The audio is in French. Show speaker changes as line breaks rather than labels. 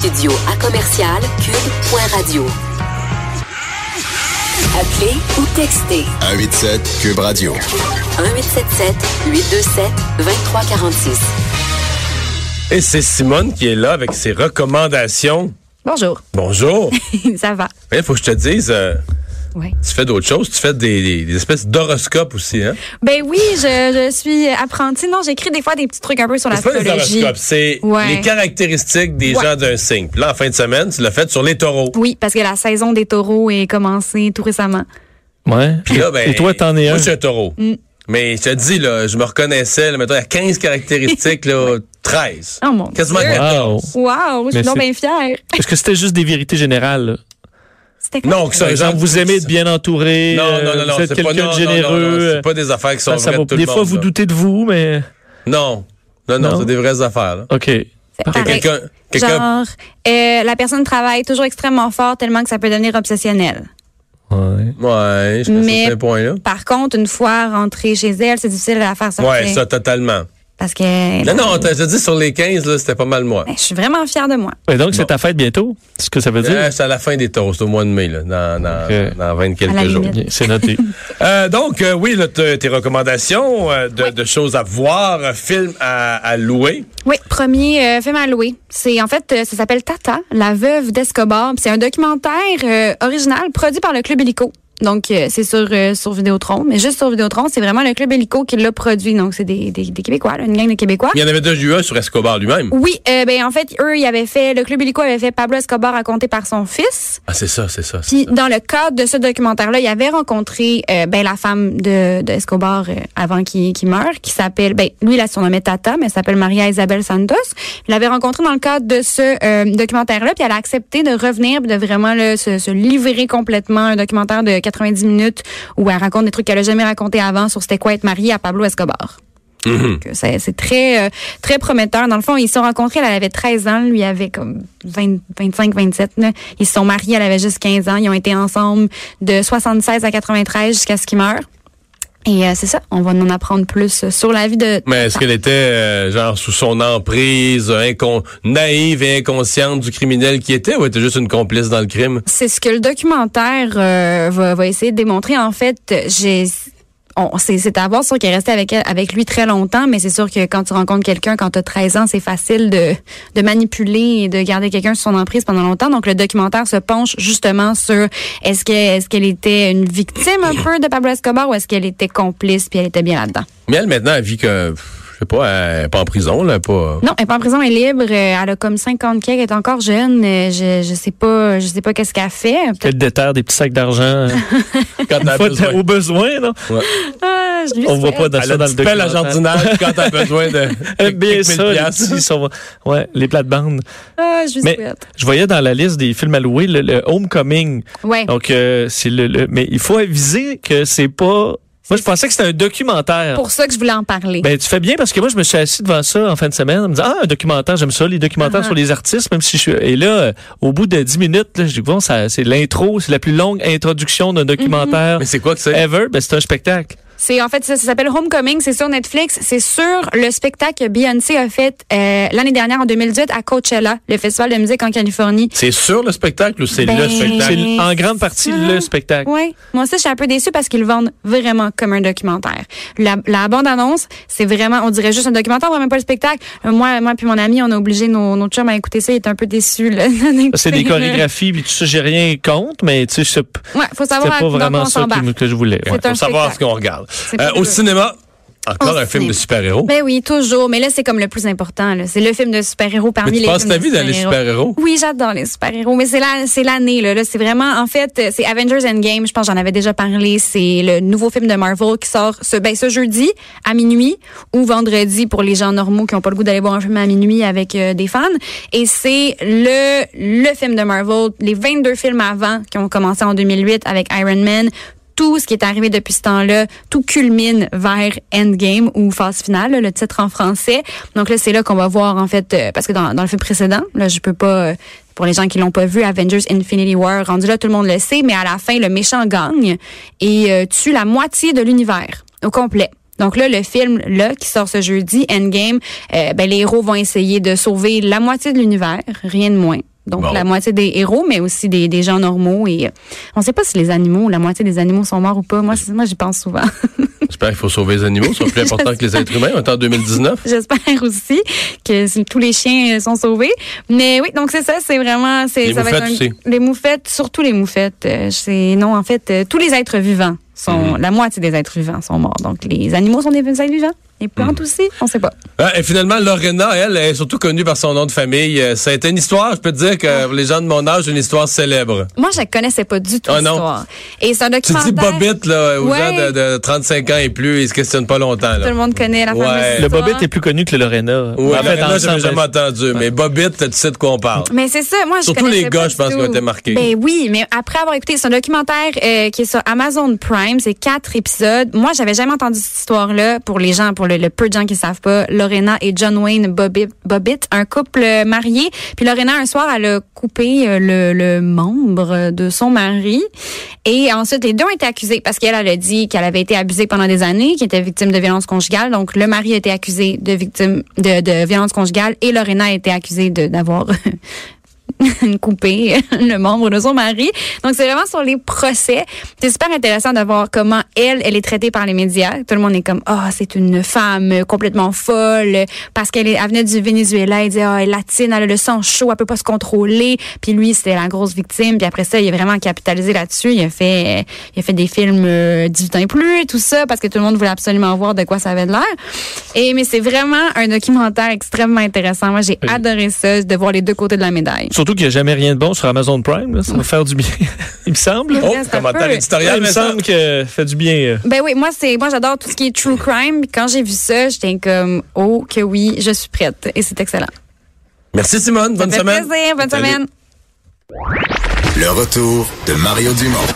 studio à commercial cube.radio. Appelez ou textez
187 Cube Radio.
1877 827 2346.
Et c'est Simone qui est là avec ses recommandations.
Bonjour.
Bonjour.
Ça va?
Il faut que je te dise, euh,
Oui.
tu fais d'autres choses. Tu fais des, des- des espèces d'horoscopes aussi. Hein?
Ben oui, je, je suis apprentie. Non, j'écris des fois des petits trucs un peu sur
C'est pas des
l'astrologie.
horoscopes, c'est
Ouais.
les caractéristiques des
Ouais.
gens d'un signe. Puis là, en fin de semaine, tu l'as fait sur les taureaux.
Oui, parce que la saison des taureaux est commencée tout récemment.
Ouais.
Puis là, ben,
Et toi, t'en es
moi,
un.
je suis un taureau.
Mm.
Mais je te dis, là, je me reconnaissais, là, mettons, il y a 15 caractéristiques, là, 13.
Oh, mon Dieu.
Quasiment
Wow.
14.
Wow, je suis
Mais
donc
c'est-
bien fière.
Est-ce que c'était juste des vérités générales? là?
C'était quoi?
Non, que ça,
Par exemple, vous aimez être bien entouré.
Non,
euh,
non, non, non,
Vous êtes
c'est pas, non,
quelqu'un de
non, non, non,
généreux.
c'est pas des affaires qui sont
Ça, ça
vraies
va-
de tout
des
le monde.
fois, vous
là.
doutez de vous, mais.
Non, non, non,
Non?
c'est des vraies affaires. là.
OK.
C'est
Parfait.
pareil.
Quelqu'un, quelqu'un,
Genre, euh, la personne travaille toujours extrêmement fort tellement que ça peut devenir obsessionnel.
Ouais.
ouais, je pense que
Mais-
c'est un point là.
Par contre, une fois rentrée chez elle, c'est difficile de la faire sortir.
Ouais, ça, totalement.
Parce que...
Non, non, t'as- je te dis sur les 15, là, c'était pas mal moi.
Ben, je suis vraiment fière de moi.
Et donc, c'est ta fête bientôt? C'est ce que ça veut dire?
Euh, c'est à la fin des toasts, au mois de mai, là, dans, dans,
Ok.
dans 20
À la
quelques jours.
limite.
Bien, C'est noté.
Euh, donc, euh, oui, là, te- tes recommandations euh, de, de choses à voir, euh, films à, à louer.
Oui, premier euh, film à louer. C'est en fait, euh, ça s'appelle Tata, la veuve d'Escobar. Puis C'est un documentaire euh, original produit par le Club Illico. Donc euh, c'est sur euh, sur Vidéotron, mais juste sur Vidéotron, c'est vraiment le Club Illico qui l'a produit. Donc c'est des, des, des Québécois, là, une gang de Québécois.
Il y en avait déjà eu un sur Escobar lui-même.
Oui, euh, ben en fait, eux, ils avaient fait le Club Illico avait fait Pablo Escobar raconté par son fils.
Ah, c'est ça, c'est ça. c'est
Puis
ça.
dans le cadre de ce documentaire-là, il avait rencontré euh, ben, la femme de, de Escobar euh, avant qu'il qu'il meure, qui s'appelle, ben, lui, il la surnommait Tata, mais elle s'appelle Maria Isabel Santos. Il l'avait rencontrée dans le cadre de ce euh, documentaire-là, puis elle a accepté de revenir, puis de vraiment là, se, se livrer complètement un documentaire de 90 minutes où elle raconte des trucs qu'elle a jamais racontés avant sur c'était quoi être mariée à Pablo Escobar. Donc, euh, C'est c'est très, euh, très prometteur. Dans le fond, ils se sont rencontrés, elle avait 13 ans, lui avait comme 20, 25, 27. là. Ils se sont mariés, elle avait juste 15 ans. Ils ont été ensemble de 76 à 93 jusqu'à ce qu'ils meurent. Et euh, c'est ça, on va en apprendre plus sur la vie de...
Mais est-ce qu'elle était, euh, genre, sous son emprise, euh, incon- naïve et inconsciente du criminel qui était, ou était juste une complice dans le crime?
C'est ce que le documentaire euh, va, va essayer de démontrer. En fait, j'ai... on- C'est c'est à voir, c'est sûr qu'elle est restée avec, elle- avec lui très longtemps, mais c'est sûr que quand tu rencontres quelqu'un, quand tu as 13 ans, c'est facile de, de manipuler et de garder quelqu'un sous son emprise pendant longtemps. Donc, le documentaire se penche justement sur est-ce que est-ce qu'elle était une victime un peu de Pablo Escobar ou est-ce qu'elle était complice puis elle était bien là-dedans?
Mais elle, maintenant, elle vit que, pff, je sais pas, elle est pas en prison, là, pas.
Non, elle est pas en prison, elle est libre. euh, Elle a comme 50 quelques, elle est encore jeune. euh, Je, je sais pas, je sais pas qu'est-ce qu'elle fait.
Peut-être déterre des petits sacs d'argent.
Quand elle a
Faut-
besoin.
Au besoin, non?
Ah, je lui
On voit
souhaite.
pas dans
Elle
ça
a
dans
une
le
petite pelle à
documentaire.
jardinage quand t'as besoin de.
Eh Bien
quelques
ça,
mille
les
piastres.
petits sont- Ouais, les plates-bandes.
Ah, je lui
Mais
souhaite.
je voyais dans la liste des films à louer le, le Homecoming.
Ouais.
Donc, euh, c'est le, le- Mais il faut aviser que c'est pas. Moi, je pensais que c'était un documentaire.
pour ça que je voulais en parler.
Ben, tu fais bien parce que moi, je me suis assis devant ça en fin de semaine en me disant, ah, un documentaire, j'aime ça, les documentaires
Ah.
sur les artistes, même si je suis... Et là, euh, au bout de 10 minutes, là, je dis, bon, ça, c'est l'intro, c'est la plus longue introduction d'un documentaire
Mm-hmm. Mais c'est quoi que c'est?
ever. Ben, c'est un spectacle.
c'est en fait ça, ça s'appelle Homecoming, c'est sur Netflix, c'est sur le spectacle que Beyoncé a fait euh, l'année dernière en 2018 à Coachella, le festival de musique en Californie.
C'est sur le spectacle ou c'est
Ben,
le spectacle?
C'est l- en
c'est
grande partie
ça.
le spectacle.
Ouais, moi aussi je suis un peu déçue parce qu'ils le vendent vraiment comme un documentaire. La, la bande annonce, c'est vraiment, on dirait juste un documentaire, vraiment pas le spectacle. Euh, Moi, moi puis mon ami, on a obligé nos, nos chums à écouter ça, il est un peu déçu. là.
C'est des chorégraphies, puis tout ça, j'ai rien contre, mais tu sais, c'est
Ouais, faut
c'était
savoir à-
pas
dans quoi
vraiment
on
ça qui
s'embarque.
me- que je voulais.
C'est
ouais.
Faut
un
savoir ce
spectacle.
qu'on regarde.
C'est
Euh,
pas
au
drôle.
cinéma, encore
Au
un film de
cinéma.
super-héros.
Ben oui, toujours. Mais là, c'est comme le plus important. là. C'est le film de super-héros parmi
Mais tu
les
passes
films
ta
de
vie dans les super-héros.
Oui, j'adore les super-héros, mais c'est la- c'est l'année là, là c'est vraiment en fait euh, c'est Avengers Endgame, je pense que j'en avais déjà parlé, c'est le nouveau film de Marvel qui sort ce ben ce jeudi à minuit ou vendredi pour les gens normaux qui ont pas le goût d'aller voir un film à minuit avec euh, des fans et c'est le le film de Marvel, les 22 films avant qui ont commencé en 2008 avec Iron Man tout ce qui est arrivé depuis ce temps-là, tout culmine vers Endgame ou phase finale, là, le titre en français. Donc là, c'est là qu'on va voir en fait, euh, parce que dans, dans le film précédent, là, je peux pas. euh, pour les gens qui l'ont pas vu, Avengers Infinity War, rendu là, tout le monde le sait, mais à la fin, le méchant gagne et euh, tue la moitié de l'univers au complet. Donc là, le film là qui sort ce jeudi, Endgame, euh, ben, les héros vont essayer de sauver la moitié de l'univers, rien de moins. Donc,
Bon.
la moitié des héros, mais aussi des, des gens normaux. Et euh, on ne sait pas si les animaux, la moitié des animaux sont morts ou pas. Moi, c'est- moi j'y pense souvent.
J'espère qu'il faut sauver les animaux, c'est plus important que les êtres humains. On est en 2019.
J'espère aussi que si- tous les chiens euh, sont sauvés. Mais oui, donc c'est ça, c'est vraiment. c'est-
Les
ça va
moufettes
être
aussi.
Les moufettes, surtout les moufettes. euh, c'est non, en fait, euh, tous les êtres vivants
Mhm.
sont. La moitié des êtres vivants sont morts. Donc les animaux sont des êtres vivants. Les plantes
Mhm.
aussi, on sait pas.
Ah, et finalement, Lorena, elle, est surtout connue par son nom de famille. Euh, Ça a été une histoire, je peux te dire
Ah.
que pour les gens de mon âge, une histoire célèbre.
Moi, je la connaissais pas du tout
Ah non.
l'histoire. Et c'est un
Tu
documentaire.
dis Bobbitte, là, aux
Ouais.
gens de, de 35 ans et plus, ils se questionnent pas longtemps,
Tout
là.
le monde connaît la
Ouais.
fameuse
Le
histoire.
Bobbit est plus connu que le Lorena.
Ouais,
En fait,
Lorena,
dans
j'avais
le sens-
E, jamais entendu, mais Bobbitte, tu sais de quoi on parle.
Mais c'est ça, moi, je
Surtout
connaissais
les
pas
gars,
du
je pense, qui
tout.
ont été marqués.
Ben oui, mais après avoir écouté, c'est un documentaire euh, qui est sur Amazon Prime, c'est quatre épisodes. Moi, j'avais jamais entendu cette histoire-là. Pour les gens, pour le, le peu de gens qui savent pas, Lorena et John Wayne Bobbitt, Bobbitt, un couple euh, marié. Puis Lorena, un soir, elle a coupé euh, le, le membre de son mari. Et ensuite, les deux ont été accusés parce qu'elle, elle a dit qu'elle avait été abusée pendant des années, qu'elle était victime de violence conjugale. Donc, le mari a été accusé de victime de, de violence conjugale et Lorena a été accusée de- d'avoir une coupée, le membre de son mari. Donc, c'est vraiment sur les procès. C'est super intéressant de voir comment elle, elle est traitée par les médias. Tout le monde est comme, ah, c'est une femme complètement folle parce qu'elle est- elle venait du Venezuela. Elle disait, ah, elle est latine, elle a le sang chaud, elle peut pas se contrôler. Puis lui, c'était la grosse victime. Puis après ça, il a vraiment capitalisé là-dessus. Il a fait, il a fait des films euh, 18 ans et plus, tout ça, parce que tout le monde voulait absolument voir de quoi ça avait de l'air. Et, mais c'est vraiment un documentaire extrêmement intéressant. Moi, j'ai
Oui.
adoré ça, de voir les deux côtés de la médaille.
Surtout qu'il n'y a jamais rien de bon sur Amazon Prime. là. Ça va faire du bien, il me semble.
Oh,
reste un
commentaire
peu.
éditorial,
il me
mais ça-
semble que fait du bien. euh.
Ben oui, moi c'est moi j'adore tout ce qui est true crime. Puis Quand j'ai vu ça, j'étais comme oh que oui, je suis prête et c'est excellent.
Merci, Simone. Bonne
ça fait
semaine.
plaisir, bonne
Salut.
semaine.
Le retour de Mario Dumont.